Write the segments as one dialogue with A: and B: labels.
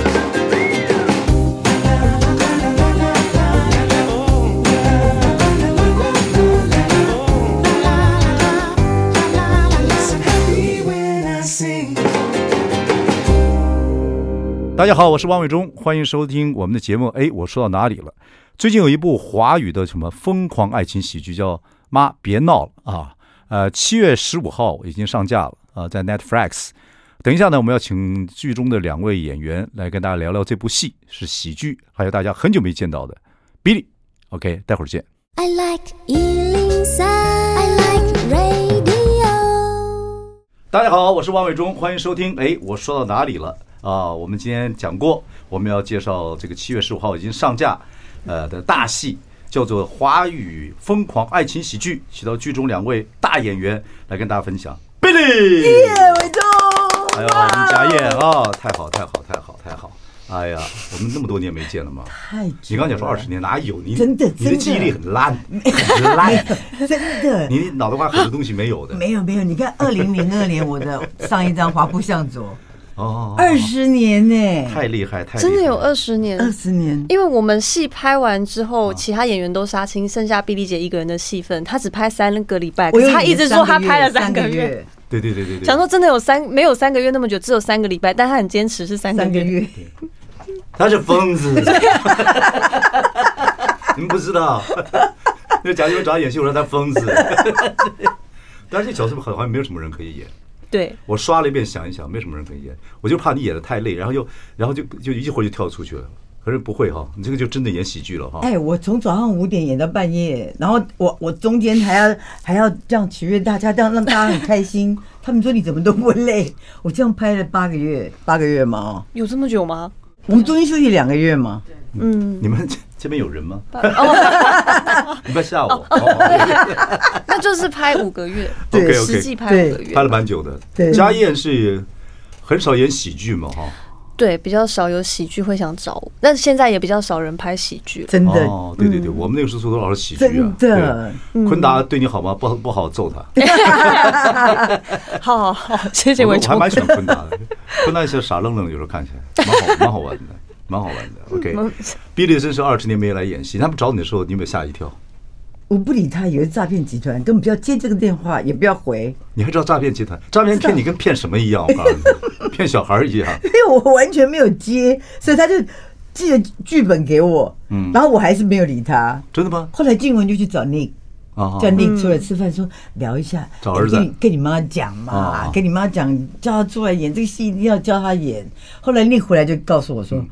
A: 大家好，我是王伟忠，欢迎收听我们的节目。哎，我说到哪里了？最近有一部华语的什么疯狂爱情喜剧，叫《妈别闹了》啊。呃，七月十五号已经上架了啊、在 Netflix。等一下呢，我们要请剧中的两位演员来跟大家聊聊这部戏，是喜剧，还有大家很久没见到的 Billy。OK，待会儿见。
B: I like Ealing Sound. I like radio.
A: 大家好，我是王伟忠，欢迎收听。哎，我说到哪里了啊？我们今天讲过，我们要介绍这个七月十五号已经上架，呃的大戏叫做《华语疯狂爱情喜剧》，请到剧中两位大演员来跟大家分享。Billy，
C: 伟忠，
A: 还有我们贾演啊，太好太好太好太好！哎呀，我们那么多年没见了嘛。
C: 太久了
A: 你刚讲说二十年，哪有你？
C: 真的
A: 你的
C: 真的
A: 记忆力很烂，很 烂，
C: 真的
A: 你脑袋瓜很多东西没有的。
C: 没有没有，你看二零零二年我的上一张滑步向 左，
A: 哦，
C: 二十年呢，
A: 太厉害，太厉害
D: 真的有二十年。
C: 二十年，
D: 因为我们戏拍完之
A: 嗯
D: 后，其他演员都杀青，剩下碧丽姐一个人的戏份，她只拍三个礼拜，可
C: 有
D: 是她一直说她拍了
C: 三
D: 三个月，
C: 月，
A: 对对对对对。
D: 想说真的有三没有三个月那么久，只有三个礼拜，但她很坚持是三个
C: 三个
D: 月。
C: 月，
A: 他是疯子， 你们不知道。 那贾静雯找他演戏，我说他疯子。 但是这角色好像没有什么人可以演。
D: 对，
A: 我刷了一遍，想一想，没什么人可以演。我就怕你演的太累，然后又，然后就就一会儿就跳出去了。可是不会哈，你这个就真的演喜剧了哈。
C: 哎，我从早上五点演到半夜，然后我我中间还要还要这样取悦大家，这样让大家很开 心。他们说你怎么都不累，我这样拍了八个月，八个月嘛哦，
D: 有这么久吗？
C: 我们中间休息两个月嘛，
D: 嗯，
A: 你们这这边有人吗？
D: 哦，
A: 你不要吓我。哦哦
D: 那就是拍五个月，
C: 对
A: OK
D: 实
A: OK，
D: 际拍五个月
A: 拍，了蛮久的。
C: 对
A: 家燕是很少演喜剧嘛哈。
D: 对，比较少有喜剧会想找我，但是现在也比较少人拍喜剧了。
C: 真的嗯
A: 哦，对对对，我们那个时候都老是喜剧啊
C: 真。的嗯
A: 对，昆达对你好吗？不好不好揍他。
D: 好好好，谢谢
A: 我
D: 伟
A: 我还
D: 忠。
A: 蛮喜欢昆达的， 昆达是傻愣愣，有时候看起来蛮好，蛮好玩的，蛮好玩的。OK，比利真是二十年没来演戏，他们找你的时候，你有没有吓一跳？
C: 我不理他，以为诈骗集团，根本不要接这个电话，也不要回，
A: 你还知道诈骗集团？诈骗骗你跟骗什么一样？我告诉你， 骗小孩儿一样。
C: 因为我完全没有接，所以他就寄了剧本给我，
A: 嗯
C: 然后我还是没有理他。
A: 真的吗？
C: 后来静雯就去找 Nick，
A: 啊，
C: 叫 Nick 出来吃饭，说聊一下，
A: 找儿子
C: 跟你跟你妈讲
A: 啊
C: 嘛，跟你妈讲，叫她出来演这个戏，一定要叫她演。后来 Nick 回来就告诉我
A: 嗯
C: 说。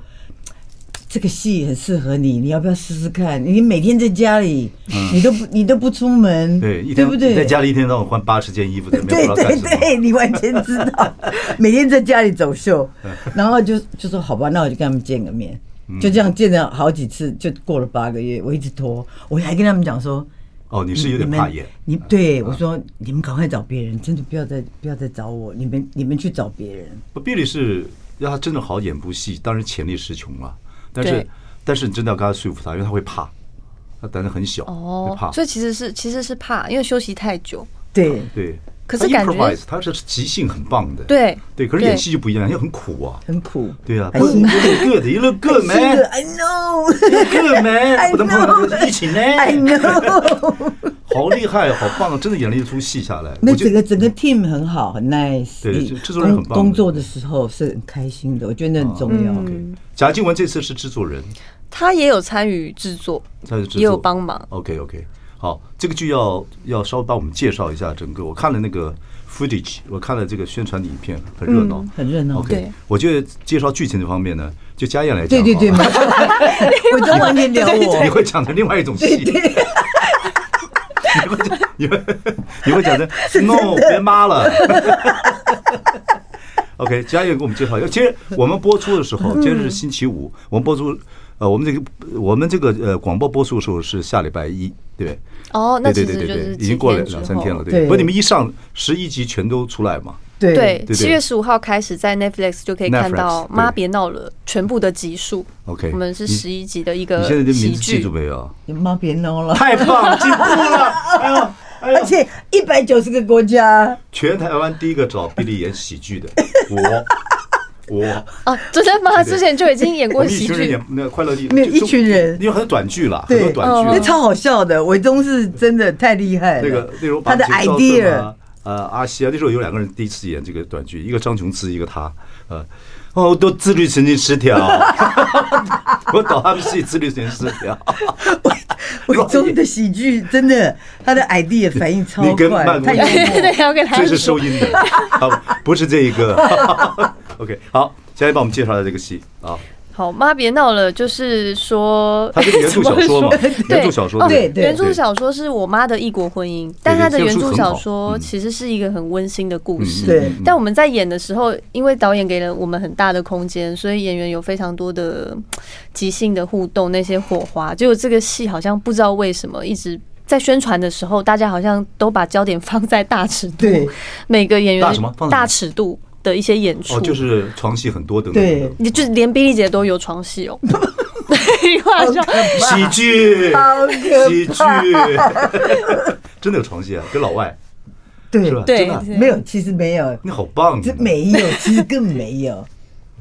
C: 这个戏很适合你，你要不要试试看？你每天在家里，你都不你都不出门，
A: 嗯对，一
C: 对
A: 天
C: 不对？
A: 在家里一天到晚换八十件衣服，在那边
C: 对
A: 不知道干
C: 对
A: 什么。
C: 对，你完全知 道，每天在家里走秀，
A: 嗯
C: 然后就就说好吧，那我就跟他们见个面，就这样见了好几次，就过了八个月，我一直拖，我还跟他们讲说，
A: 哦，你是有点
C: 你们
A: 怕演。嗯
C: 你对我说，你们赶快找别人，真的不要再不要再找我，你们你们去找别人，
A: 不，比利是要他真的好演部戏，当然潜力是穷了，但是
D: 对
A: 但是你真的要跟他说服他，因为他会怕，他胆子很小，会
D: 哦
A: 怕，。
D: 所以其实是其实是怕，因为休息太久。
C: 对
A: 对，
D: 可是
A: 他
D: 感觉
A: improvise，他是即兴很棒的，
D: 对
A: 对，可是
D: 对哎
A: 演戏就不一样，要很苦啊，
C: 很苦，
A: 对啊，
C: 很
A: 不是
C: 辛苦
A: good，you look
C: 很
A: good
C: 辛苦
A: man，good
C: ，I know，I
A: man，
C: I
A: 我的朋友就是一起呢，
C: know，
A: 好厉害，好棒，真的演了一出戏下来，
C: 那
A: 我觉
C: 整
A: 得
C: 个整个 team 很好，很 nice，
A: 对
C: 你
A: 制制作人很棒
C: 工工作的时候是很开心的，我觉得那很重要。
A: 嗯
D: 嗯
A: 贾静雯这次是制作人，
D: 他也有参与制作，
A: 他是制作
D: 也有帮忙。
A: OK OK，好，这个剧要要稍微帮我们介绍一下整个。我看了那个 footage，我看了这个宣传的影片，很热闹，
C: 很热闹
A: OK，
D: 对
A: 我觉得介绍剧情这方面呢，就家 燕来讲
C: 对
A: 好了。
C: 对对，没错，我都完全聊
A: 你
C: 我，
A: 会讲成另外一种戏。你会讲，你会你会讲 成 no 别妈了。OK，佳燕给我们介绍一下。其实我们播出的时
C: 嗯
A: 候，今天是星期五，我们播出，呃，我们这个我们这个呃广播播出的时候是下礼拜一，对
D: 哦，那
A: 对
D: 其
A: 对
D: 实
A: 对
D: 就
A: 对
D: 是
A: 对，已经过了
D: 几
A: 两三天了，不
D: 之后
C: 对
A: 过你们一上十一集全都出来嘛？
C: 对
D: 对，
A: 对
D: 七月十五号开始在 Netflix 就可以看到
A: Netflix，
D: 《妈
A: 对
D: 别闹了》全部的集数。
A: OK，
D: 我们是
A: 你
D: 十一集的一
A: 你
D: 个
A: 现在这
D: 呃喜
A: 名字记
D: 剧
A: 住。没有？
C: 妈别闹 了，
A: 啊太棒，进步 了！哎呦，哎
C: 而
A: 呦，
C: 且一百九十个国家，
A: 全台湾第一个找比利演喜剧的，我，我，
D: 啊，周深妈之前就已经演
A: 我
D: 过
A: 们一
D: 喜
A: 群人
D: 剧
A: 演，那个快乐地，
C: 没有
A: 就
C: 一群人
A: 因为很短剧啦，很
C: 对哦
A: 多短剧
D: 嗯
A: 啦
C: 那。超好笑的。伟忠是真的太厉害了，
A: 那个那时候把
C: 他的
A: 节奏顺
C: idea
A: 啊。呃，阿西啊，那时候有两个人第一次演这个短剧，一个张琼斯，一个他，呃，哦，都自律神经失调， 我导他们系自律神经失调。
C: 伟忠的喜剧真的他的 idea 反应超
A: 你跟
C: 快，
A: 曼
C: 太
A: 谷
C: 幽
A: 一
C: 默
A: 样
C: 了。
D: 对，要跟他
A: 这是
D: 说
A: 收音 的，啊，不是这一个。OK，好，现在帮我们介绍一下这个戏啊，
D: 好，妈别闹了，就是说，
A: 它是 原著小 说嘛
D: 怎么说
A: 原著小说
D: 哦
C: 对对
D: 原著小说是我妈的异国婚姻，但它的原著小说
A: 嗯
D: 其实是一个很温馨的故事。
C: 对
A: 嗯嗯嗯
D: 但我们在演的时候，因为导演给了我们很大的空间，所以演员有非常多的嗯即兴的互动，那些火花。结果这个戏好像不知道为什么一直。在宣传的时候，大家好像都把焦点放在大尺度，
C: 对
D: 每个演员
A: 大什么放什么
D: 大尺度的一些演出，
A: 哦，就是床戏很多的那
C: 对
A: 个，
D: 你就连比利姐都有床戏哦，对，啊我好像
A: 喜剧，
C: 好
A: 喜
C: 可
A: 剧， 真的有床戏啊，跟老外
C: 对
A: 是吧？
D: 对
A: 真的啊，
C: 没有，其实没有，
A: 你好棒，啊
C: 这没有，其实更没 有。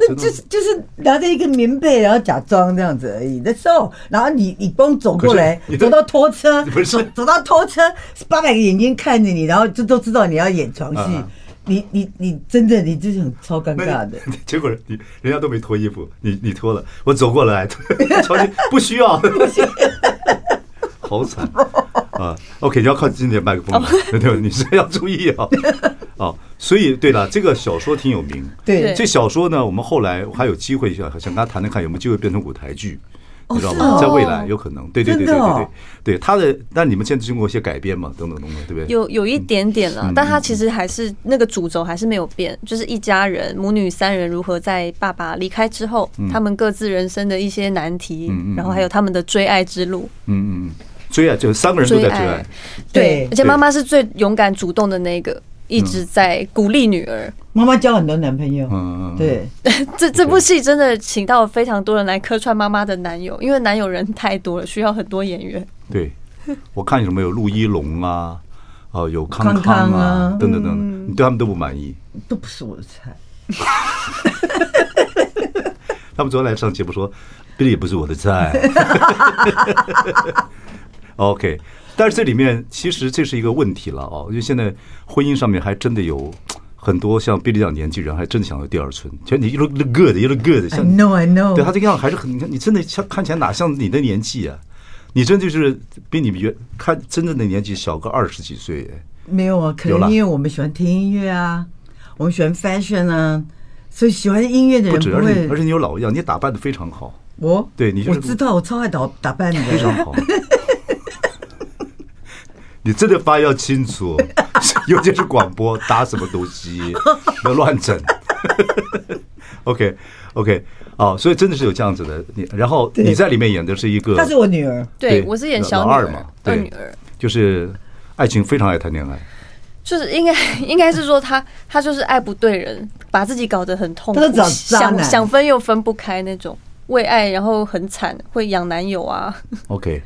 C: 那就是就是拿着一个棉被，然后假装这样子而已。那时候，然后你你不用走过来
A: 可是，你
C: 走到拖车，
A: 不是
C: 走走到拖车，八百个眼睛看着你，然后就都知道你要演床戏
A: 嗯。
C: 你你你真的你就是很超尴
A: 那你
C: 尬的。
A: 结果你人家都没脱衣服，你你脱了，我走过来， 乔欣不需 要，好惨啊！OK，你要靠近点麦克风了，
C: 哦
A: 对 对，你是要注意啊。哦， 所以对了，这个小说挺有名。
C: 对
D: 对
A: 这小说呢，我们后来还有机会想想跟他谈谈看有没有机会变成舞台剧，你知道
C: 是
A: 吗？
C: 哦
A: 在未来有可能，对对对对
C: 真的
A: 对对
C: 哦，
A: 对他的。但你们现在经过一些改编嘛，等等等等，对不对？
D: 有有一点点啦
A: 嗯，
D: 但他其实还是那个主轴还是没有变，就是一家人母女三人如何在爸爸离开之后，他们各自人生的一些难题
A: 嗯嗯嗯嗯，
D: 然后还有他们的追爱之路，
A: 嗯嗯嗯，追爱就是三个人都在追爱，
C: 对
D: 对，而且
A: 对
D: 妈妈是最勇敢主动的那个，一直在鼓励女儿。
A: 嗯
C: 妈妈交很多男朋友，
A: 嗯嗯嗯
C: 对，
D: 这这部戏真的请到了非常多人来客串妈妈的男友，因为男友人太多了，需要很多演员。
A: 对，我看什么有陆一龙啊，哦、有康
C: 康康
A: 啊
C: 啊，
A: 等等等等，你对他们都不满意。
C: 都不是我的菜。
A: 他们昨天来上节目说，这也不是我的 菜。OK，但是这里面其实这是一个问题了哦，因为现在婚姻上面还真的有。很多像比利这样年纪人，还真的想要第二春。其实你 you look good, you look good，
C: I
A: 像
C: know, I
A: 对他
C: know。
A: 这个样子还是很，你看你真的像看起来哪像你的年纪啊？你真就是比你原看真正的年纪小个二十几岁、哎
C: 没有啊，可
A: 有啦
C: 能因为我们喜欢听音乐啊，我们喜欢 fashion 啊，所以喜欢音乐的
A: 不
C: 人
A: 止，
C: 不
A: 而且而
C: 会。
A: 且你有老样，你打扮的非常好，
C: 我
A: 对你就是
C: 我知道，我超爱打打扮的。
A: 非常好。 你真的发要清楚， 尤其是广播打什么东西，不要乱整。OK OK，哦，所以真的是有这样子的你，然后你在里面演的是一个，
C: 她是我女儿，
A: 对
D: 对，我是演小
A: 老
D: 女
A: 老二
D: 儿
A: 嘛，
D: 二
A: 对
D: 女儿。
A: 就是爱情非常爱谈恋爱，
D: 就是应该应该是说他他就是爱不对人，把自己搞得很痛苦
C: 他是，找渣
D: 想
C: 男
D: 想分又分不开那种，为爱然后很惨，会养男友啊。
A: OK，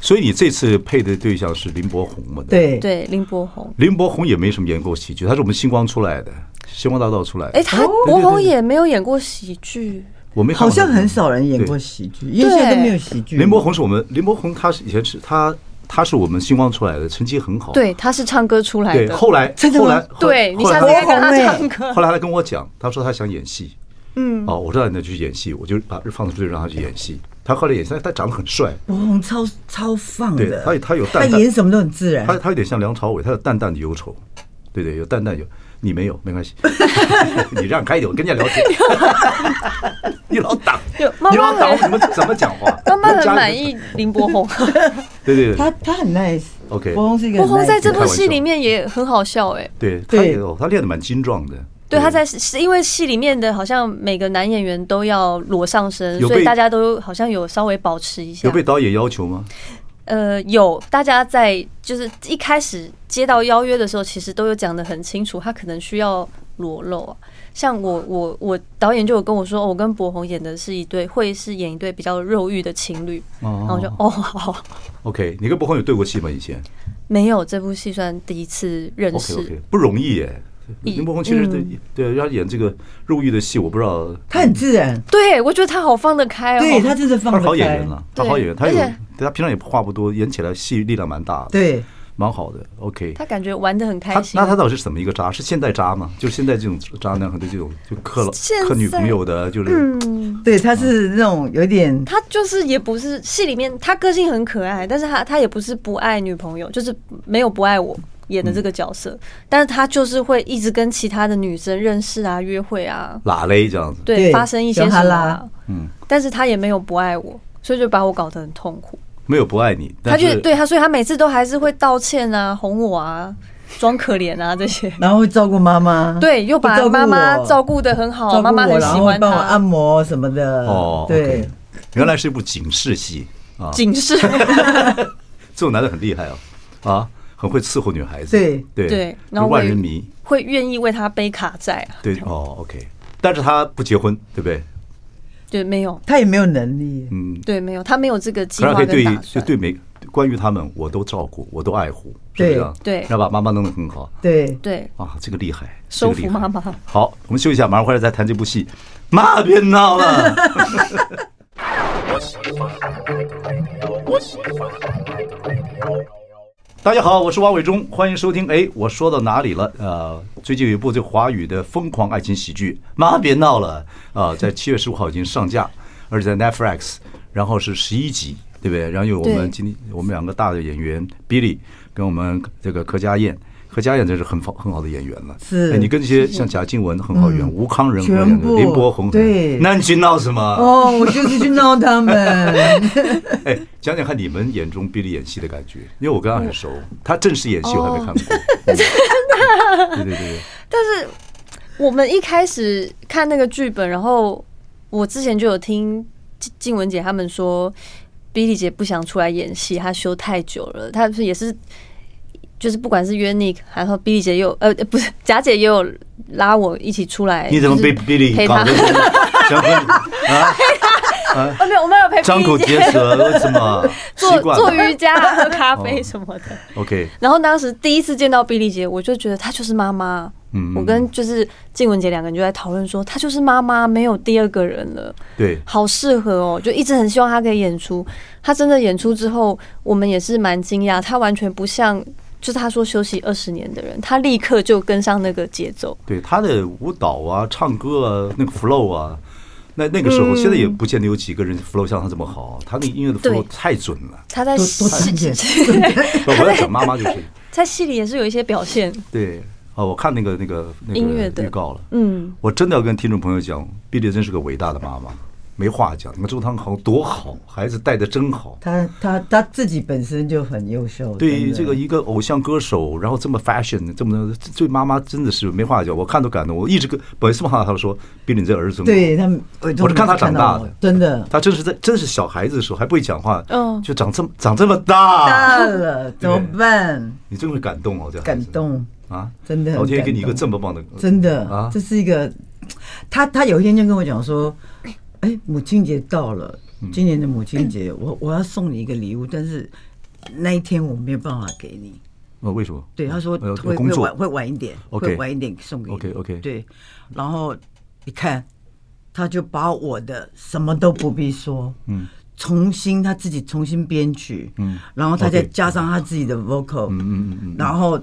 A: 所以你这次配的对象是林柏宏嘛？不，
C: 对，
D: 对，林柏宏，
A: 林柏宏也没什么演过喜剧，他是我们星光出来的，星光大道出来的。
D: 哎、
C: 哦
D: 他柏宏也没有演过喜剧，
A: 我没看过
C: 好像
A: 他的
C: 很少人演过
A: 对
C: 喜剧，因为现在都没有喜剧。
A: 林柏宏是我们林柏宏，他是以前是他他是我们星光出来的，成绩很好。
D: 对，他是唱歌出来
A: 对，
D: 的。
A: 后来
C: 真的
A: 后
C: 吗
A: 来后
D: 对你
A: 后
D: 下
A: 来他
D: 次可以跟他
C: 柏
D: 唱
C: 宏
D: 歌。
A: 后来他跟我讲，他说他想演戏，嗯，哦，我说那你去演戏，我就把放出去让他去演戏。他后来演戏，他他长得很帅，
C: 柏宏超超放
A: 对
C: 的，
A: 他他有淡淡
C: 他演什么都很自然
A: 他。他有点像梁朝伟，他有淡淡的忧愁，对对，有淡淡有，你没有没关 系，你让开一点，我跟人家聊天， 你老挡，
D: 有妈妈
A: 你老挡，我怎
D: 很
A: 么怎么讲话？
D: 妈妈
A: 我
D: 很
A: 家里
D: 满意，林柏 宏，
A: 对对对
C: 他他很 nice。
A: OK
C: 柏宏是一个
D: 柏
C: 很 nice
D: 宏在这
A: 开
D: 部
A: 玩笑
D: 戏里面也很好笑哎、
A: 对，他
C: 对
A: 也有他练得蛮精壮的，
D: 对，他在是因为戏里面的好像每个男演员都要裸上身，
A: 有
D: 所以
A: 被
D: 大家都好像有稍微保持一下。
A: 有被导演要求吗？
D: 呃，有大家在就是一开始接到邀约的时候，其实都有讲的很清楚，他可能需要裸露啊。像我我我导演就有跟我说，哦我跟柏宏演的是一对，会是演一对比较肉欲的情侣，然后我就哦好，
A: OK，你跟博宏有对过戏吗？以前
D: 没有这部戏算第一次认
A: OK
D: 识
A: OK，不容易耶。林博宏其实对、
D: 嗯
A: 对要演这个入狱的戏，我不知道
C: 他很自然，
D: 对我觉得他好放得开哦，
C: 对他真的
A: 他
C: 放
A: 是好
C: 得
A: 演
C: 开
A: 员，了，啊他好演员，他
D: 对
A: 有
D: 而且
A: 他平常也话不多，演起来戏力量蛮大的，，
C: 对，
A: 蛮好的。OK，
D: 他感觉玩的很
A: 他
D: 开心啊
A: 那。他到底是怎么一个渣？是现代渣吗？就是现在这种渣男，很多这种就克了
D: 现在
A: 克女朋友的，就是
D: 嗯，
C: 对，他是那种有点
D: 他就是也不是戏里面他个性很可爱，但是他他也不是不爱女朋友，就是没有不爱我演的这个角色，但是他就是会一直跟其他的女生认识啊、约会啊，
A: 拉勒这样子。
D: 对，
C: 对
D: 发生一些
C: 小
D: 什
C: 哈
D: 么、
C: 拉
D: 啊，
A: 嗯，
D: 但是他也没有不爱我，所以就把我搞得很痛苦。
A: 没有不爱你，
D: 他
A: 但
D: 就是对他，所以他每次都还是会道歉啊、哄我啊、装可怜啊这 些。
C: 然后会照顾妈妈，
D: 对，又
C: 会照
D: 把
C: 顾
D: 妈妈
C: 我
D: 照顾的很好，啊
C: 照顾
D: 妈妈
C: 我，
D: 很
C: 然
D: 喜
C: 后
D: 欢
C: 帮我按
D: 他。
C: 摩什么的，
A: 哦，
C: 呃对
A: OK，，原来是一部警示戏啊，这
D: 警示，
A: 种男的很厉害啊，啊，很会伺候女孩子，
C: 对
A: 对
D: 对
A: 就
D: 然后我
A: 万
D: 也
A: 人迷，
D: 会愿意为他背卡债啊？
A: 对哦，OK，但是他不结婚，对不对？
D: 对，没有，
C: 他也没有能力，
A: 嗯，
D: 对，没有，他没有这个计
A: 可是
D: 划
A: 可以
D: 跟
A: 对
D: 打
A: 就
D: 算。
A: 对每关于他们，我都照顾，我都爱护，是不是啊？
D: 对对
A: 要把妈妈弄得很好
C: 对，
D: 对，
A: 啊，这个厉害，
D: 收
A: 这个厉
D: 服
A: 害
D: 妈。妈。
A: 好，我们休息一下，马上回来再谈这部戏。妈，别闹了。大家好，我是王伟忠，欢迎收听。哎，我说到哪里了？呃，最近有一部这华语的疯狂爱情喜剧，妈别闹了啊、在
C: 嗯
A: 七月十五号已经上架，而且在 Netflix，然后是十一集，对不对？然后有我们
D: 对
A: 今天我们两个大的演员 Billy 跟我们这个柯佳燕，柯佳燕真是很好很好的演员了。
C: 是
A: 哎你跟这些像贾静雯很好演，
C: 嗯
A: 吴康仁很好
C: 全
A: 演
C: 部
A: 林柏宏很好
C: 对
A: 那你去闹什么？
C: 哦，我就是去闹他们，
A: 哎，讲讲看你们眼中 Billy 演戏的感觉，因为我跟
C: 哦
A: 他很熟，他正式演戏我还没看过。 嗯对对对对，
D: 但是我们一开始看那个剧本，然后我之前就有听静静雯姐他们说，比利姐不想出来演戏，她休太久了，她是也是。就是不管是约 Nick，然后比利姐也有呃不是贾姐也有拉我一起出来，
A: 你怎么
D: 就是
A: 被 Billy
D: 陪
A: 搞
D: 她
A: 得？ 想跟 啊
D: 哦没有，我们有陪
A: 张口
D: Billy 姐
A: 结舌，为什么？习
D: 做
A: 惯
D: 做
A: 了。哦
D: 瑜伽、喝咖啡什么的。
A: OK，
D: 然后当时第一次见到比利姐，我就觉得她就是妈妈。
A: 嗯
D: 我跟就是静雯姐两个人就在讨论说，她就是妈妈，没有第二个人了，
A: 对，
D: 好适合哦，就一直很希望她可以演出。她真的演出之后，我们也是蛮惊讶，她完全不像就是她说休息二十年的人，她立刻就跟上那个节奏。
A: 对他的舞蹈啊、唱歌啊、那个 flow 啊，那那个时候，现在也不见得有几个人 flow 像他这么好。他那个音乐的 flow
D: 嗯对
A: 太准了。
D: 她在
C: 多多看
D: 戏
C: 点，
A: 不我在讲妈妈就是，
D: 在戏里也是有一些表现，
A: 对，哦，我看那个那个那个
D: 音乐的
A: 预告了。
D: 嗯，
A: 我真的要跟听众朋友讲，碧丽真是个伟大的妈妈，没话讲。你看周汤豪多好，孩子带的真好。
C: 他他他自己本身就很优秀，真
A: 对
C: 的
A: 这个一个偶像歌手，然后这么 fashion，这么这对妈妈真的是没话讲，我看都感动。我一直跟本斯哈他说，碧丽你这儿子真好
C: 对他们，我
A: 我是看他长大的
C: 我真的
A: 他真是在真是小孩子的时候还不会讲话，
D: 嗯
A: 就长这么长这么大，
C: 大了怎么办？
A: 你真会感动哦，这孩
C: 感
A: 子
C: 动，
A: 啊！
C: 真的很
A: 老天爷给你一个
C: 感动
A: 这么棒的，
C: 真的，
A: 啊
C: 这是一个，他他有一天就跟我讲说，哎，母亲节到了，
A: 嗯
C: 今年的母亲节，我我要送你一个礼物，但是那一天我没有办法给你。
A: 呃，为什么？
C: 对，他说
A: 呃有
C: 会
A: 工
C: 会
A: 作
C: 晚会晚一点
A: OK
C: 会晚一点送给你。
A: OK，OK
C: 对，然后你看，他就把我的什么都不必说，嗯，重新他自己重新编曲，嗯，然后他再
A: OK
C: 加上他自己的 vocal，嗯
A: 嗯嗯嗯
C: 然后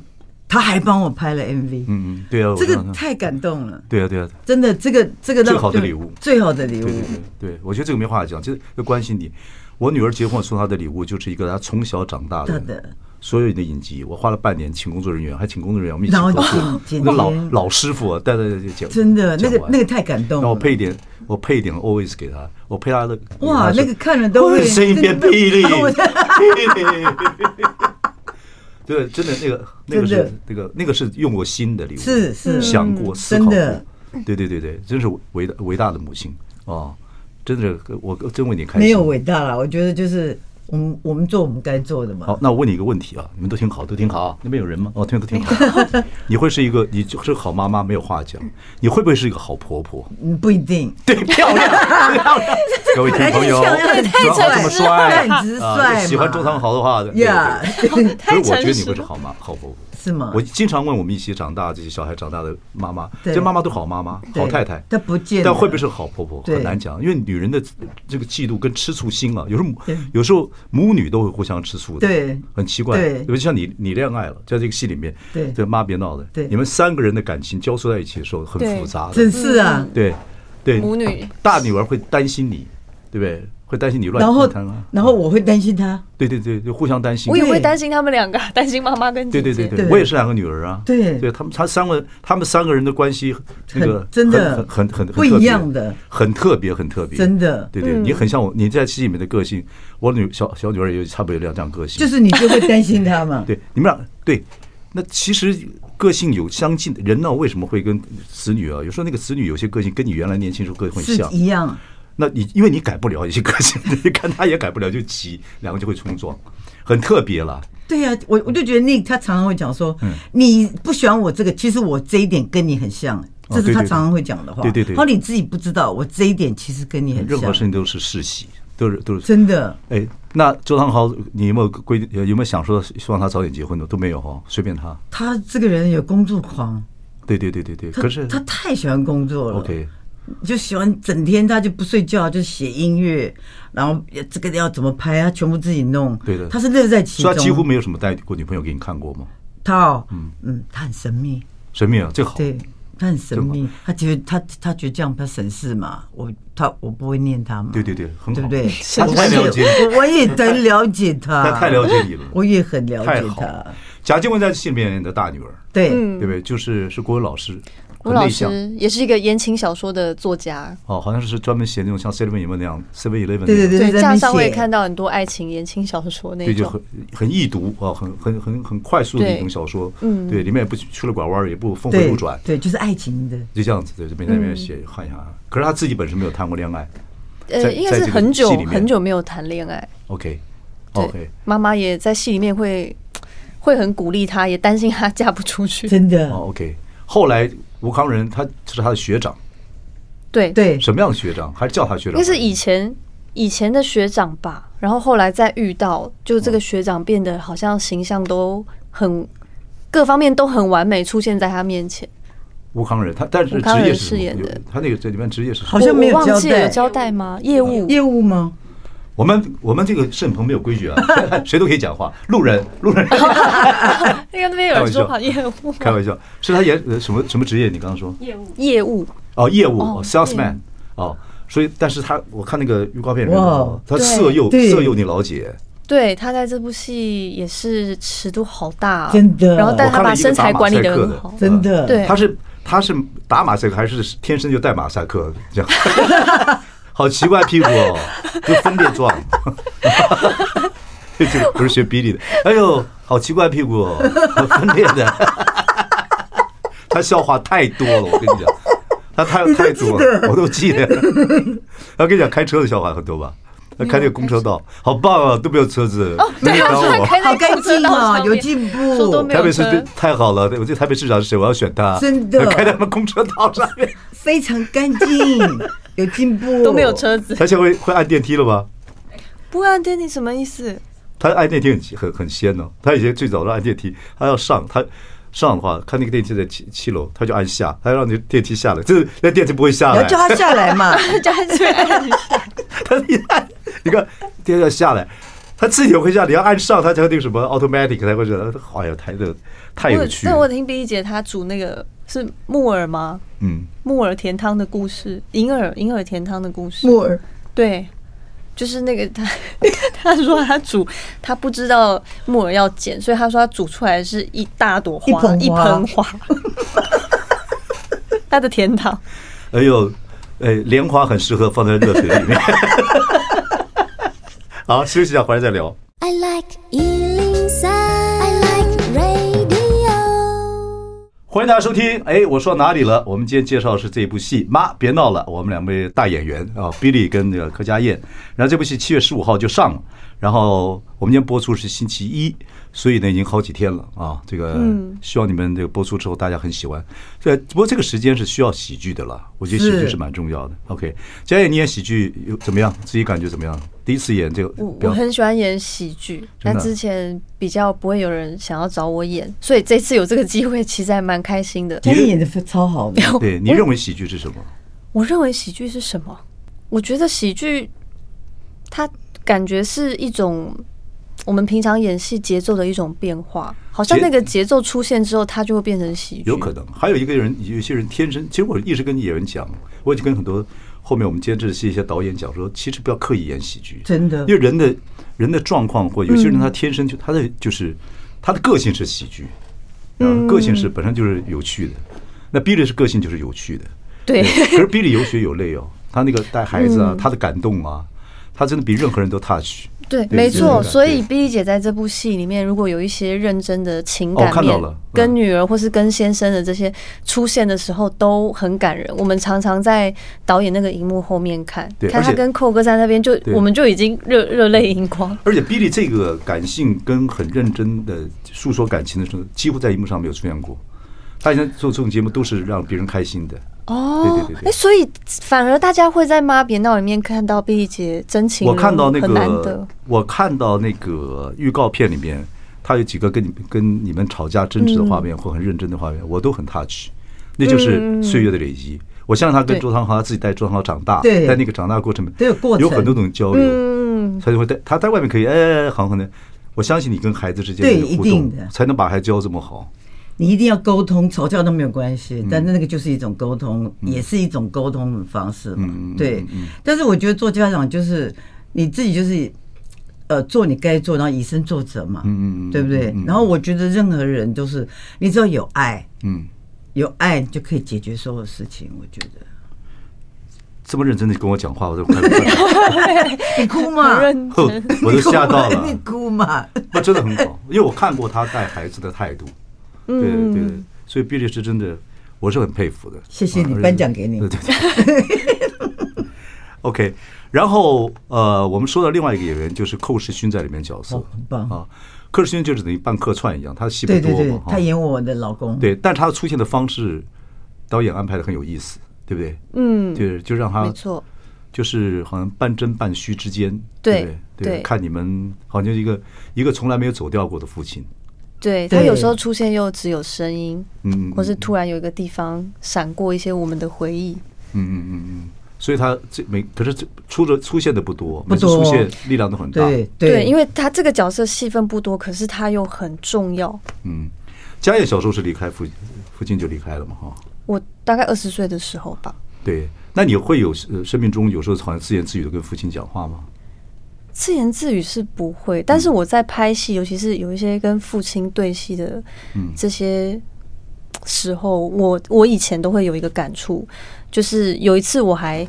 C: 他还帮我拍了 MV，嗯，
A: 嗯嗯，对啊，我
C: 这个
A: 看到
C: 太感动了。
A: 对啊对啊，
C: 真的，这个这个让
A: 最好的礼物
C: 最好的礼物
A: 对，对对，对我觉得这个没话讲，就是要关心你。我女儿结婚我送她的礼物就是一个她从小长大
C: 他
A: 的
C: 的
A: 所有的影集，我花了半年请工作人员，还请工作人员我们一起
C: 然后
A: 合作
C: 剪
A: 那
C: 剪
A: 老
C: 接
A: 老师傅啊带带讲，
C: 真的那个那
A: 个，
C: 个太感动
A: 然后
C: 了。
A: 我配一点，我配一点 always 给她，我配她的
C: 哇，那个看了都会
A: 声音变
C: 真的
A: 霹雳，
C: 我的
A: 霹雳。 对，真的那个那个
C: 真
A: 是
C: 的
A: 那个那个是用过心的礼物，
C: 是是
A: 想过
C: 嗯
A: 思考过
C: 真的，
A: 对对对对，真是伟哦大伟大的母亲啊！真的，我真为你开心。
C: 没有伟大了，我觉得就是我们我们做我们该做的嘛。
A: 好，那我问你一个问题啊，你们都挺好，都挺好啊。那边有人吗？哦，听都挺好。 你会是一个，你就是个好妈妈，没有话讲。你会不会是一个好婆婆？
C: 嗯，不一定。
A: 对，漂亮，漂亮。各位听众朋友，
C: 这个太
A: 主要这么
D: 诚实
A: 帅，
C: 很直率
A: 啊喜欢
C: 嘛
A: 周汤豪的话，对对
C: 呀
A: 对。，所以
D: 太
A: 我觉得
D: 诚
A: 你
D: 实
A: 会是
D: 了。
A: 好妈好婆婆。
C: 是吗？
A: 我经常问我们一起长大这些小孩长大的妈妈，
C: 对
A: 这妈妈都好妈妈、
C: 对
A: 好太太，
C: 但不见得
A: 但会不会是好婆婆
C: 对
A: 很难讲，因为女人的这个嫉妒跟吃醋心啊，有时候母
C: 对
A: 有时候母女都会互相吃醋的，
C: 对
A: 很奇怪。
C: 对
A: 尤其像你你恋爱了，在这个戏里面，
C: 对
A: 这妈别闹了，
C: 对
A: 你们三个人的感情交错在一起的时候很
D: 对
A: 复杂的
C: 真，是啊。
A: 对对，
D: 母女
A: 大女儿会担心你，对不对？会担心你乱
C: 然后
A: 乱谈啊，
C: 然后我会担心 他，
A: 对对对，就互相担心
D: 我。也会
C: 对
D: 担心他们两个，担心妈妈跟姐
A: 对
D: 姐。
A: 对对对，
C: 对
A: 我也是两个女儿啊。
C: 对
A: 对他们他三个他们三个人的关系，那个
C: 很真的
A: 很很很很
C: 不
A: 特
C: 一
A: 别
C: 样的，
A: 很特别，很特别，
C: 真的嗯
A: 对对，你很像我，你在戏里面的个性，我女小小女儿也有差不多有两这样个性，
C: 就是你就会担心他嘛。
A: 对你们俩对。那其实个性有相近的人呢，为什么会跟子女啊？有时候那个子女有些个性跟你原来年轻时候个性很
C: 是
A: 像，
C: 一样。
A: 那你因为你改不了，有些个性 你看他也改不了，就急，两个就会冲撞，很特别啦。
C: 对呀、我我就觉得那他常常会讲说，
A: 嗯
C: 你不喜欢我这个，其实我这一点跟你很像，
A: 哦
C: 这是他
A: 对对对
C: 常常会讲的话。
A: 对对对
C: 然后你自己不知道，我这一点其实跟你很
A: 任何事
C: 像，
A: 情都是世袭，都是都是
C: 真的。
A: 哎，那周汤豪，你有没有规定有没有想说希望他早点结婚的？都没有哈、随便他。
C: 他这个人有工作狂，
A: 对对对对对，
C: 他
A: 可是
C: 他呃太喜欢工作了
A: OK，
C: 就喜欢整天他就不睡觉，就写音乐，然后这个要怎么拍，他全部自己弄。
A: 对的
C: 他是乐在其
A: 所
C: 中。
A: 以他几乎没有什么带过女朋友给你看过吗？
C: 他哦，嗯他很神秘，
A: 神秘啊，这好。
C: 对。他很神
A: 对
C: 秘，他觉得他他觉得这样比较省事嘛，我他我不会念他嘛，
A: 对对对，很好，
C: 对不对？
A: 他太了解你，
C: 我，我也很了解他，
A: 他太了解你了，
C: 我也很了
A: 太
C: 解
A: 好
C: 他
A: 了。。贾静雯在戏里面的大女儿，
C: 对，
D: 嗯
A: 对不对？就是是国文老师，
D: 吴
A: 很
D: 老
A: 内向。
D: 师也是一个言情小说的作家，
A: 哦，好像是专门写那种像 Seven Eleven 那样，Seven Eleven
C: 对对对在那边
D: 架上会
C: 写
D: 看到很多爱情言情小说那
A: 对，就
D: 种
A: 很。很易读啊，很很很很快速的一种
D: 对
A: 小说，
D: 嗯
A: 对，里面也不出了拐弯儿，也不峰回
C: 对
A: 路转，
C: 对，就是爱情的，
A: 就这样子，对，就没在那
D: 嗯
A: 边写看一下啊。可是他自己本身没有谈过恋爱在
D: 呃，应该
A: 在
D: 是
A: 这个
D: 很久
A: 戏里面
D: 很久没有谈恋爱。对
A: ，OK，OK，
D: 妈妈也在戏里面会会很鼓励她，也担心她嫁不出去。
C: 真的
A: 哦，OK。后来吴康仁他是他的学长，
D: 对，
C: 对，
A: 什么样的学长？还是叫他学
D: 应
A: 长？
D: 该是以前以前的学长吧，然后后来再遇到，就这个学长变得好像形象都很各方面都很完美，出现在他面前。
A: 吴康仁，他但是
D: 吴康
A: 职
D: 仁
A: 业是什
D: 饰
A: 么
D: 演的
A: 有他那个这里面职业是什么
C: 好像没有
D: 我我忘
C: 交
D: 记
C: 代
D: 了有交代吗？业务
C: 业务吗？
A: 我们我们这个摄影棚没有规矩啊，谁谁都可以讲话，路人路人
D: 那个那边有人说好业务，
A: 开玩笑，是他演呃什么什么职业？你刚刚说
D: 业务
A: 哦，业务
D: 哦
A: 哦，salesman 哦，所以但是他我看那个预告片里面，
C: 哇
A: 哦他
D: 对
A: 色诱
C: 对
A: 色诱你老姐，
D: 对他在这部戏也是尺度好大、啊
C: 真的
D: 然后但
A: 我
D: 他
A: 看了
D: 把
A: 一个
D: 身
A: 打
D: 材
A: 马
D: 管理
A: 赛
D: 的
A: 克
D: 很好
A: 的，，
C: 真的
A: 嗯
D: 对
A: 他是他是打马赛克还是天生就带马赛克这样？ 好奇怪屁股哦，就分裂状， 这个不是学比利的。哎呦，好奇怪屁股哦，分裂的。他笑话太多了，我跟你讲，他太太多了，我都记得。我跟你讲，开车的笑话很多吧？他开那个公车道，好棒啊，都没有车子，没人
D: 啊
A: 管我。
D: 开
C: 好
D: 在
C: 干
D: 公车
C: 净
D: 道
C: 啊，
D: 上
C: 有
D: 面
C: 进
D: 说都
C: 步
D: 没，有
A: 台北市
D: 车
A: 对太好了，对我记得台北市长是谁，我要选他，
C: 真的
A: 开在他们公车道上面，
C: 非常干 净，有进步，
D: 都没有 车子。
A: 他现在会会按电梯了吧？
D: 不按电梯什么意思？
A: 他按电梯很很很先哦，他以前最早都按电梯，他要上他。上的话，看那个电梯在七七楼，他就按下，他让你电梯下来，就是那电梯不会下
C: 你
A: 来
C: 要，叫他下来嘛，
D: 加这按一下，
A: 他一按，你看电梯要下来，他自己也会下，你要按上，他才会那个什么 automatic 才会觉得，哎呀，太的 太
D: 我
A: 有趣
D: 那我
A: 了，
D: 听碧丽姐她煮那个是木耳吗？
A: 嗯，
D: 木耳甜汤的故事，银耳银耳甜汤的故事。
C: 木耳，
D: 对，就是那个他， 他说他煮，他不知道木耳要剪，所以他说他煮出来是一大朵花，
C: 一盆花
D: 一盆花。 他的甜汤，
A: 哎呦，哎，莲花很适合放在热水里面。 好，休息一下，回来再聊。
B: I like Ealing Sound. I like radio.
A: 欢迎大家收听。哎，我说哪里了？我们今天介绍的是这部戏《妈别闹了》，我们两位大演员啊，Billy 跟那个柯佳燕。然后这部戏七月十五号就上了，然后我们今天播出是星期一，所以呢已经好几天了啊。这个
D: 嗯
A: 希望你们这个播出之后大家很喜欢。这不过这个时间是需要喜剧的啦，我觉得喜剧
C: 是
A: 是蛮重要的。OK，佳燕你演喜剧有怎么样？自己感觉怎么样？第一次演这个
D: 我我
A: 表演，
D: 很喜欢演喜剧，
A: 真的
D: 但之前比较不会有人想要找我演，所以这次有这个机会，其实还蛮开心的。
C: 佳丽演的超好的，
A: 对你认为喜剧是什么？
D: 我认为喜剧是什么？我觉得喜剧，它感觉是一种我们平常演戏节奏的一种变化，好像
A: 节
D: 那个节奏出现之后，它就会变成喜剧。
A: 有可能。还有一个人，有些人天生，其实我一直跟演员讲，我已经跟很多后面我们监制的一些导演讲说，其实不要刻意演喜剧，
C: 真的
A: 因为人的人的状况或
D: 嗯
A: 有些人他天生就他的就是他的个性是喜剧，嗯，个性是本身就是有趣的。那 Billy 是个性就是有趣的，
D: 对，嗯
A: 可是 Billy 有血有泪哦，他那个带孩子啊，他的感动啊，他真的比任何人都 touch。
D: 对，
A: 对
D: 没
A: 这种
D: 错。
A: 感觉
D: 所以碧丽姐在这部戏里面，如果有一些认真的情
A: 哦
D: 感
A: 看到
D: 面
A: 了嗯，
D: 跟女儿或是跟先生的这些出现的时候，都很感人。我们常常在导演那个荧幕后面看
A: 对，
D: 看
A: 而
D: 他
A: 且
D: 跟寇哥在那边，就
A: 对
D: 我们就已经热热泪盈眶。
A: 而且 Billy 这个感性跟很认真的诉说感情的时候，几乎在荧幕上没有出现过。他以前做这种节目都是让别人开心的，
D: 哦
A: 对对对，对
D: 哎，所以反而大家会在《妈别闹》里面看到碧丽姐真情
A: 我
D: 流露，
A: 看到那
D: 很难
A: 个
D: 得。，
A: 我看到那个预告片里面，他有几个跟你跟你们吵架争执的画面，或很认真的画面，我都很 touch。那就是岁月的累积。我相信他跟
D: 对
A: 周汤豪，他自己带周汤豪长大，
C: 对
A: 在那个长大过程里面
C: 都有过程
A: 有很多种交流，
D: 嗯，
A: 他就会带他在外面可以哎哎哎好可能。我相信你跟孩子之间
C: 对
A: 的互
C: 一
A: 动
C: 定的，
A: 才能把孩子教这么好。
C: 你一定要沟通，吵架都没有关
A: 嗯
C: 系，但是那个就是一种沟通，也是一种沟通的方式嘛。
A: 嗯嗯嗯
C: 对
A: 嗯嗯，
C: 但是我觉得做家长就是你自己就是。呃，做你该做，然后以身作则嘛，
A: 嗯嗯嗯
C: 对不对
A: 嗯嗯？
C: 然后我觉得任何人都是，你只要有爱，
A: 嗯，
C: 有爱就可以解决所有事情。我觉得，
A: 这么认真的跟我讲话，我都快不看 了
C: 你哭嘛，
D: 认
A: 呵我都吓到
C: 你
A: 了。
C: 哭嘛，
A: 那真的很好，因为我看过他带孩子的态度。对对对，所以比利是真的，我是很佩服的。
C: 嗯谢谢你
A: 啊
C: 颁奖给你
A: 对对对。OK，然后呃，我们说到另外一个演员，就是寇世勋在里面角色
C: 哦，很棒
A: 啊。寇世勋就是等于办客串一样，他的戏不
C: 对对
A: 多
C: 对
A: 嘛，，
C: 他
A: 哈
C: 演我的老公，
A: 对，但他出现的方式，导演安排的很有意思，对不对？
D: 嗯，
A: 对，就啊让他
D: 没错。
A: 就是好像半真半虚之间，
D: 对
A: 对不
D: 对
A: 看你们好像一个一个从来没有走掉过的父亲，
D: 对他
C: 对
D: 有时候出现又只有声音，
A: 嗯嗯
D: 或是突然有一个地方闪过一些我们的回忆，
A: 嗯嗯嗯嗯，所以他这每可是这出的出现的不多，每次出
C: 多
A: 现力量都很大，
C: 对
D: 对，因
C: 为
D: 为他这个角色戏份不多，可是他又很重要。
A: 嗯，家燕小时候是离开父父亲就离开了嘛，哈，
D: 我大概二十岁的时候吧，
A: 对，那你会有呃生命中有时候好像自言自语的跟父亲讲话吗？
D: 自言自语是不会，但是
A: 嗯
D: 我在拍戏，尤其是有一些跟父亲对戏的
A: 嗯
D: 这些时候，我我以前都会有一个感触，就是有一次我还，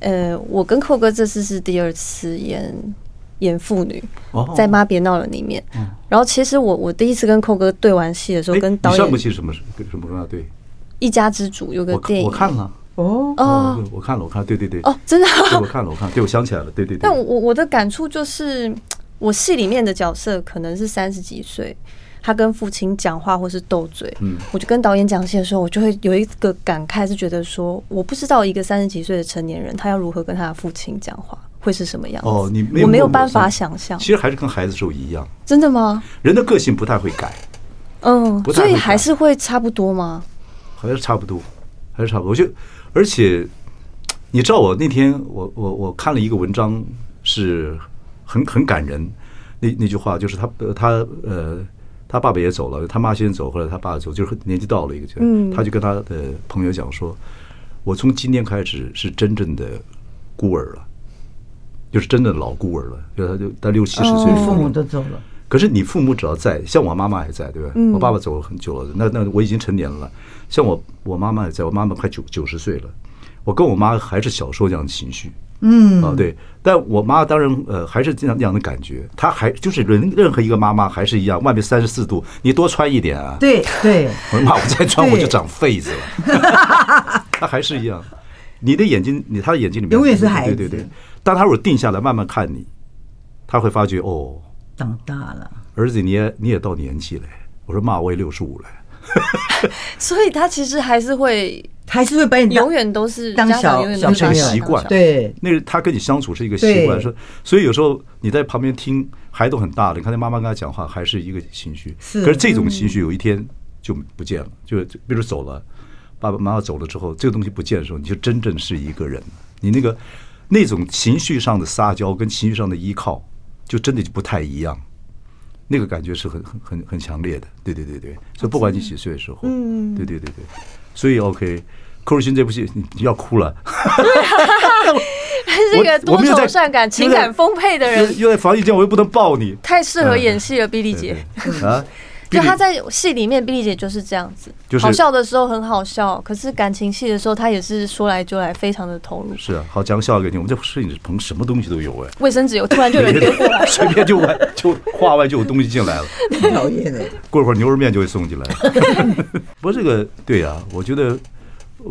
D: 呃，我跟寇哥这次是第二次演演妇女，
A: 哦
D: 在《妈别闹了》里面，然后其实我我第一次跟寇哥对完戏的时候，
A: 哎
D: 跟导
A: 你上部
D: 演
A: 戏什么跟什么重要？对，
D: 一家之主有个
A: 我看
D: 电影，
A: 我看了，
C: 哦，
D: 哦
A: 对我看了，我看了，对对对，
D: 哦，真的啊、
A: 对，我看了，我看了，对，我想起来了，对对对，
D: 但我我我的感触就是，我戏里面的角色可能是三十几岁，他跟父亲讲话或是斗嘴，
A: 嗯
D: 我就跟导演讲戏的时候，我就会有一个感慨，是觉得说，我不知道一个三十几岁的成年人，他要如何跟他的父亲讲话，会是什么样子。
A: 哦，你
D: 我没有
A: 默默
D: 办法
A: 想
D: 想象
A: 其，实还是跟孩子时候一样，
D: 真的吗？
A: 人的个性不太会改，
D: 嗯，
A: 不太
D: 所以
A: 会
D: 还
A: 改
D: 是会差不多吗？
A: 好像是差不多，还是差不多。我就而且你知道，我那天我我我看了一个文章，是很很感人。那那句话就是他呃他呃他爸爸也走了，他妈先走，后来他爸走，就是年纪到了一个阶段，
D: 嗯
A: 他就跟他的朋友讲说：“我从今天开始是真正的孤儿了。”就是真的老孤儿了，就他就他六七十岁的时候，
D: 哦
C: 父母都走了，
A: 可是你父母只要在，像我妈妈还在，对吧？
C: 嗯
A: 我爸爸走了很久了，那那我已经成年了。像我我妈妈还在，我妈妈快九九十岁了，我跟我妈还是小时候这样的情绪，嗯啊对。但我妈当然呃还是这样那样的感觉，她还就是任任何一个妈妈还是一样，外面三十四度，你多穿一点啊。
C: 对对，
A: 我妈我再穿我
C: 对
A: 就长痱子 了，她还是一样。你的眼睛，你她的眼睛里面
C: 永远是孩子
A: 对对对。当她如果定下来慢慢看你，他会发觉哦，
C: 长大了，
A: 儿子你也你也到年纪了。我说妈，我也六十五了。
D: 所以他其实还是会
C: 还是会把你当
D: 永远都是
C: 当
D: 家长
C: 小
D: 永远
C: 小
D: 都是
C: 朋
D: 把
C: 友
D: 小
A: 习惯
D: 当小
C: 对
A: 那个他跟你相处是一个习惯，
C: 对
A: 说，所以有时候你在旁边听，孩子都很大了，你看他妈妈跟他讲话，还是一个情绪。
C: 是
A: 可是这种情绪有一天就不见了，就就比如走了，爸爸妈妈走了之后，这个东西不见的时候，你就真正是一个人了。你那个那种情绪上的撒娇跟情绪上的依靠，就真的就不太一样。那个感觉是很很很很强烈的，对对对对，所以不管你几岁的时候，嗯，对对对对，所以 OK，《寇如心》这部戏你你要哭了，
D: 是一个
A: 我我
D: 多
A: 没有在
D: 愁善感、情
A: 因为
D: 感丰沛的人，
A: 又在防疫间，我又不能抱你，
D: 太适合演戏了。比利姐，
A: 嗯对对啊，
D: 嗯就她
A: 他
D: 在戏里面，比利姐就是这样子
A: 就，是
D: 好笑的时候很好笑，可是感情戏的时候，她也是说来就来，非常的投入。
A: 是啊，好讲个笑话给你，我们这摄影师棚什么东西都有哎。
D: 卫生纸有突然就有人丢
A: 嗯
D: 过来，
A: 随便就外就话外就有东西进来了，
C: 很讨厌的。
A: 过一会儿牛肉面就会送进来。 不过这个对呀、我觉得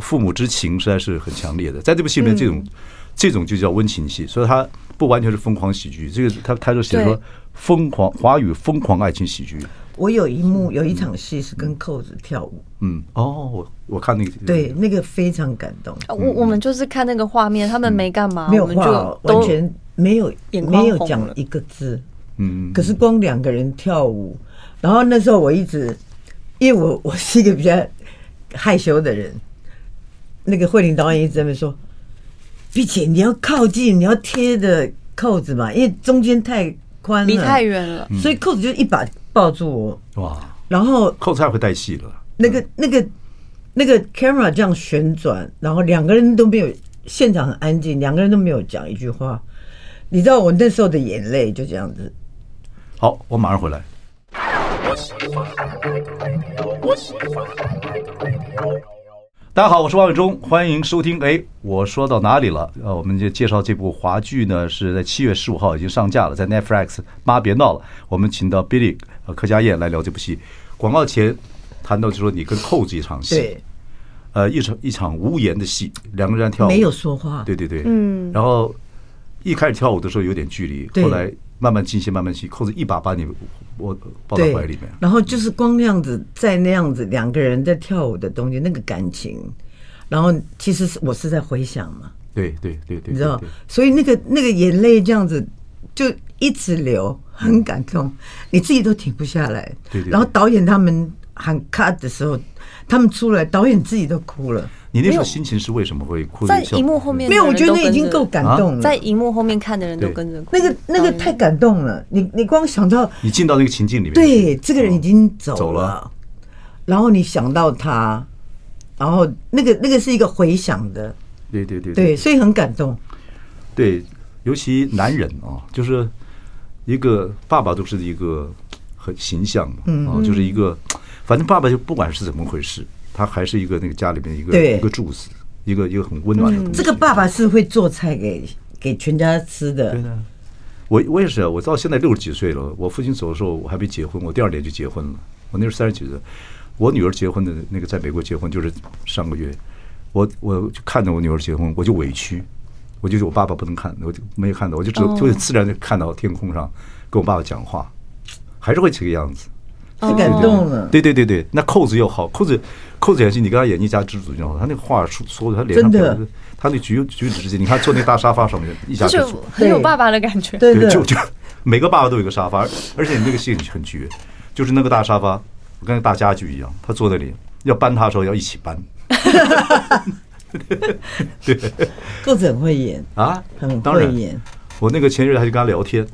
A: 父母之情实在是很强烈的，在这部戏里面这种、
D: 嗯
A: 这种就叫温情戏，所以它不完全是疯狂喜剧，这个他他就写说
D: 对
A: 疯狂华语疯狂爱情喜剧，
C: 我有一幕
D: 嗯
C: 有一场戏是跟扣子跳舞，
A: 嗯，哦，我我看那个
D: 嗯
C: 对，那个非常感动，
D: 我我们就是看那个画面，他们没干嘛，
C: 没有
D: 啊我们
C: 话
D: 就
C: 哦，
D: 都
C: 完全没有
D: 眼眶
C: 没有
D: 红
C: 讲
D: 了
C: 一个字。
A: 嗯，
C: 可是光两个人跳舞，然后那时候我一直，因为我我是一个比较害羞的人，那个慧玲导演一直在那边说，并且你要靠近，你要贴着扣子嘛，因为中间太宽了，
D: 离太，远了。
A: 嗯
C: 所以扣子就一把抱住我，
A: 哇，
C: 然后
A: 寇菜会带戏了，
C: 那个那个那个 camera 这样旋转，然后两个人都没有，现场很安静，两个人都没有讲一句话。你知道我那时候的眼泪就这样子，
A: 好，我马上回来。大家好，我是王伟忠，欢迎收听。哎，我说到哪里了？呃，我们就介绍这部华剧呢，是在七月十五号已经上架了，在 Netflix。妈，别闹了！我们请到 Billy 呃柯佳燕来聊这部戏。广告前谈到就说你跟扣子一场戏
C: 对，，
A: 呃，一场一场无言的戏，两个人在跳舞，
C: 没有说话，
A: 对对对，嗯。然后一开始跳舞的时候有点距离，
C: 对
A: 后来慢慢近些，慢慢近，扣子一把把你我抱到
C: 对
A: 怀里面。
C: 然后就是光那样子，在那样子两个人在跳舞的东西，那个感情，然后其实是我是在回想嘛，
A: 对对对对，
C: 你知道
A: 对对，
C: 所以那个那个眼泪这样子就一直流，很感动，你自己都停不下来。
A: 对对对
C: 然后导演他们喊 cut 的时候，他们出来，导演自己都哭了，
A: 你那时候心情是为什么会哭得
D: 在
A: 像？
D: 荧幕后面
C: 没有，我觉得
D: 都
C: 那已
D: 跟着啊
C: 经够感动了。
D: 在嗯荧幕后面看的人都
A: 对
D: 跟着哭
C: 嗯那个那
D: 导
C: 个
D: 演
C: 太感动了，你你光想到
A: 你进到那个情境里面去。
C: 对，这个人已经走了，
A: 走了
C: 然后你想到他，然后那个那个是一个回想的，
A: 哦对对对
C: 对，所以很感动。
A: 对，尤其男人啊，就是一个爸爸都是一个很形象嘛，
C: 嗯
A: 啊，就是一个，反正爸爸就不管是怎么回事，他还是一个那个家里面一个
C: 对嗯
A: 一个柱子，一个一个很温暖的
D: 嗯
A: 东西。
C: 这个爸爸是会做菜给给全家吃的
A: 对，的，我我也是啊，我到现在六十几岁了，我父亲走的时候我还没结婚，我第二年就结婚了，我那时候三十几岁，我女儿结婚的那个在美国结婚就是上个月，我我就看着我女儿结婚，我就委屈，我就我爸爸不能看，我就没有看到，我就只
C: 哦
A: 就自然的看到天空上跟我爸爸讲话，还是会这个样子。
C: 太感动了。
A: 对对对对，那扣子又好，扣子扣子也是你跟他演一家之主就好，他那个话说说的，他脸上
C: 真的
A: 表情他那举举止之间，你看坐那大沙发上面一家
D: 就
A: 之
D: 是
A: 主，
D: 很有爸爸的感觉。
C: 对
A: 对，
C: 的，
A: 就 就每个爸爸都有一个沙发，而而且你那个戏很绝，就是那个大沙发，我跟那大家具一样，他坐那里要搬他的时候要一起搬
C: 够子很会演，
A: 啊
C: 很，
A: 当
C: 会
A: 然，
C: 演。
A: 我那个前日还去跟他聊天，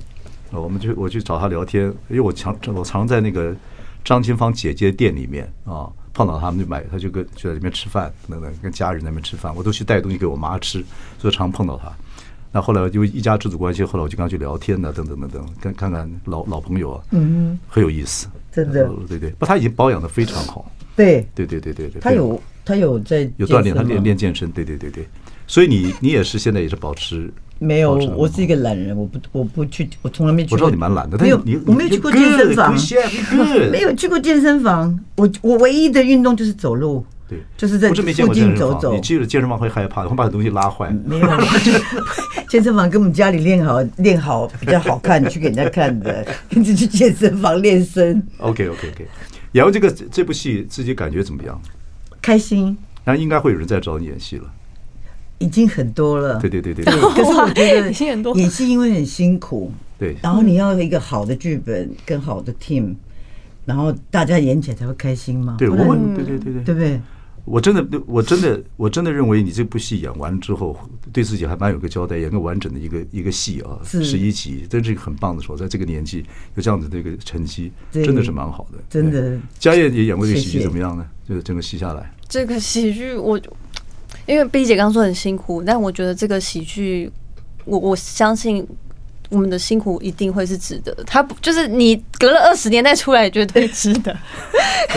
A: 呃我们去我去找他聊天，因为我常我常在那个张清芳姐姐店里面啊碰到他们就买，他就跟就在里面吃饭，那个跟家人在那边吃饭，我都去带东西给我妈吃，所以常碰到他。那后来因为一家之主关系，后来我就跟他去聊天啊呢，等等等等，跟看看老老朋友啊，嗯，很有意思，
C: 真的
A: 呃对对，不，他已经保养的非常好，
C: 对，
A: 对对对对对，
C: 他有他有在
A: 有锻炼，
C: 健身
A: 他练
C: 吗
A: 练健身，对对对对，所以你你也是现在也是保持
C: 没有，
A: 保持得
C: 我
A: 很
C: 是一个懒人，我不我不去，我从来没去过。
A: 我知道你蛮懒的，但
C: 没
A: 是
C: 有
A: 你，
C: 我没有去过健身房，
A: 没
C: 没有去过健身房。我我唯一的运动就是走路，
A: 对，
C: 就是在
A: 不是没见过
C: 附
A: 健
C: 近
A: 身
C: 走
A: 房，
C: 走嗯
A: 你。去了健身房会害怕，会把东西拉坏。
C: 没有， 健身房跟我们家里练好练好比较好看，去给人家看的， 跟着去健身房练身，
A: OK OK OK，演完这个这部戏自己感觉怎么样？
C: 开心
A: 然后应该会有人再找你演戏了。
C: 已经很多了。
A: 对对对对 对
C: 可是我觉得
D: 已经很多
C: 演戏因为很辛苦，
A: 对
C: 然后你要有一个好的剧本跟好的 team，然后大家演起来才会开心嘛。
A: 对，
C: 不
A: 我
C: 然
A: 问，对对对对
C: 嗯对不对？
A: 我真的，我真的，我真的认为你这部戏演完之后，对自己还蛮有个交代，演个完整的一个一个戏啊，
C: 是
A: 十一集，真是一个很棒的时候，在这个年纪有这样子的一个成绩，
C: 对
A: 真的是蛮好的。
C: 真的
A: 对嘉燕也演过这个喜
C: 谢
A: 剧，
C: 谢
A: 怎么样呢？就是整个戏下来，
D: 这个喜剧我，因为 B 姐刚说很辛苦，但我觉得这个喜剧，我我相信。我们的辛苦一定会是值得的，它不就是你隔了二十年再出来，绝对值 得，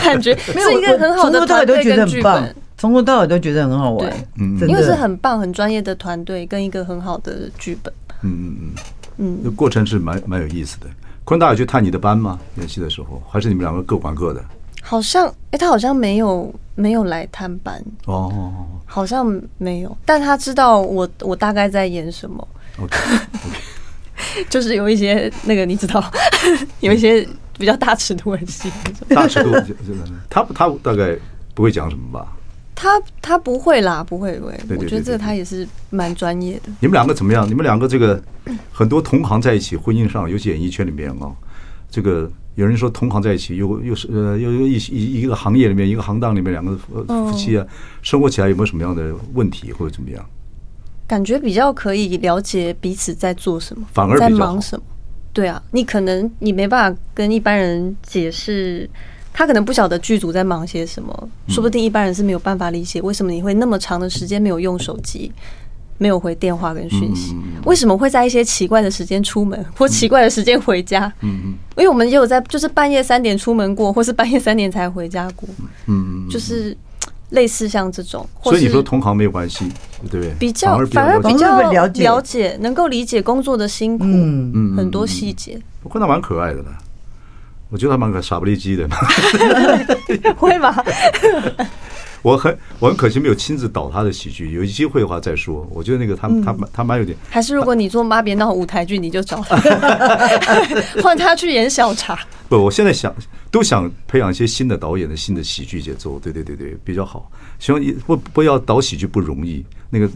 D: 感觉是一个很好
C: 从
D: 的
C: 头到
D: 团
C: 尾都
D: 队
C: 觉
D: 跟
C: 得
D: 剧
C: 很
D: 本
C: 棒，，从头到尾都觉得很好玩
D: 对，
A: 嗯
C: 真
D: 因
C: 的
D: 为是很棒、很专业的团队跟一个很好的剧本。
A: 嗯嗯嗯，那过程是蛮蛮有意思的。坤大有去探你的班吗？演戏的时候，还是你们两个各管各的？
D: 好像，哎、他好像没有没有来探班，
A: 哦
D: 好像没有，但他知道我我大概在演什么，
A: ，OK，
D: 就是有一些那个你知道， 有一些比较大尺度的戏那种。
A: 大尺度， 他他大概不会讲什么吧？
D: 他他不会啦，不会不会，
A: 对对
D: 我觉得这
A: 对对
D: 个他也是蛮专业的。
A: 你们两个怎么样？你们两个这个很多同行在一起，婚姻上，尤其演艺圈里面啊，这个有人说同行在一起，又又是呃又又一一一个行业里面，一个行当里面两个夫
D: 嗯
A: 夫妻啊，生活起来有没有什么样的问题或者怎么样？
D: 感觉比较可以了解彼此在做什么，
A: 反而比较
D: 在
A: 好
D: 忙什么。对啊，你可能你没办法跟一般人解释，他可能不晓得剧组在忙些什么，
A: 嗯
D: 说不定一般人是没有办法理解为什么你会那么长的时间没有用手机。没有回电话跟讯
A: 嗯
D: 息，为什么会在一些奇怪的时间出门或奇怪的时间回家？嗯嗯，因为我们也有在就是半夜三点出门过，或是半夜三点才回家过，
A: 嗯，
D: 就是类似像这种。或
A: 所以你
D: 是
A: 说同行没有关系，对不对？
D: 比较
A: 而
D: 反而
A: 了
D: 比
A: 解
C: 反而
D: 较
C: 会了解
D: 了解，能够理解工作的辛苦，
A: 嗯
D: 很多细节，
A: 坤达蛮可爱的了，我觉得他蛮可傻不离叽的。
D: 会吧？
A: 我很我很可惜没有亲自导他的喜剧，有机会的话再说。我觉得那个他
D: 嗯
A: 他蛮他蛮有点
D: 还是如果你做妈别闹舞台剧，你就 找他，换他去演小茶。
A: 不，我现在想都想培养一些新的导演的新的喜剧节奏，对对对对，比较好。希望一不不要导喜剧不容易，那个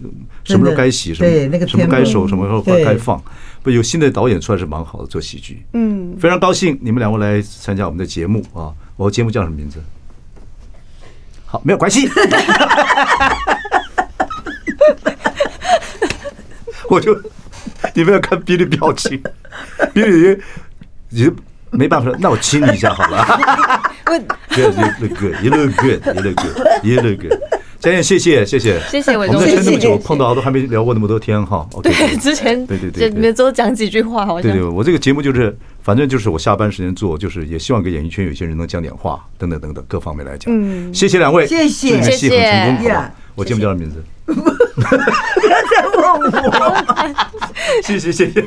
A: 什么时候该洗，什么
C: 对那个
A: 什么
C: tempo
A: 该收，什么时候该
C: 对
A: 该放，不有新的导演出来是蛮好的做喜剧。
D: 嗯，
A: 非常高兴你们两位来参加我们的节目啊！我节目叫什么名字？好，没有关系。 我就 你们要看比利表情，比利已经没办法了，那我亲你一下好了。Good, you look good, you look good, you look good, you look good。佳燕，谢谢，谢谢，
D: 谢谢
A: 我
D: 伟
A: 们
D: 忠
A: 在圈那么
D: 谢
A: 久，
D: 谢
A: 碰到都还没聊过那么多天哈。OK，
D: 对， 之前
A: 对对对
D: 就
A: 对
D: 每周讲几句话，好
A: 对
D: 像
A: 对，我这个节目就是，反正就是我下班时间做，就是也希望给演艺圈有些人能讲点话，等等等等，各方面来讲。
D: 嗯
A: 谢谢两位，
C: 谢谢
A: 祝你们戏很成功，
C: 谢谢
A: 好吧？ 我节目叫什么名字？
C: 不要再问我。
A: 谢谢谢谢。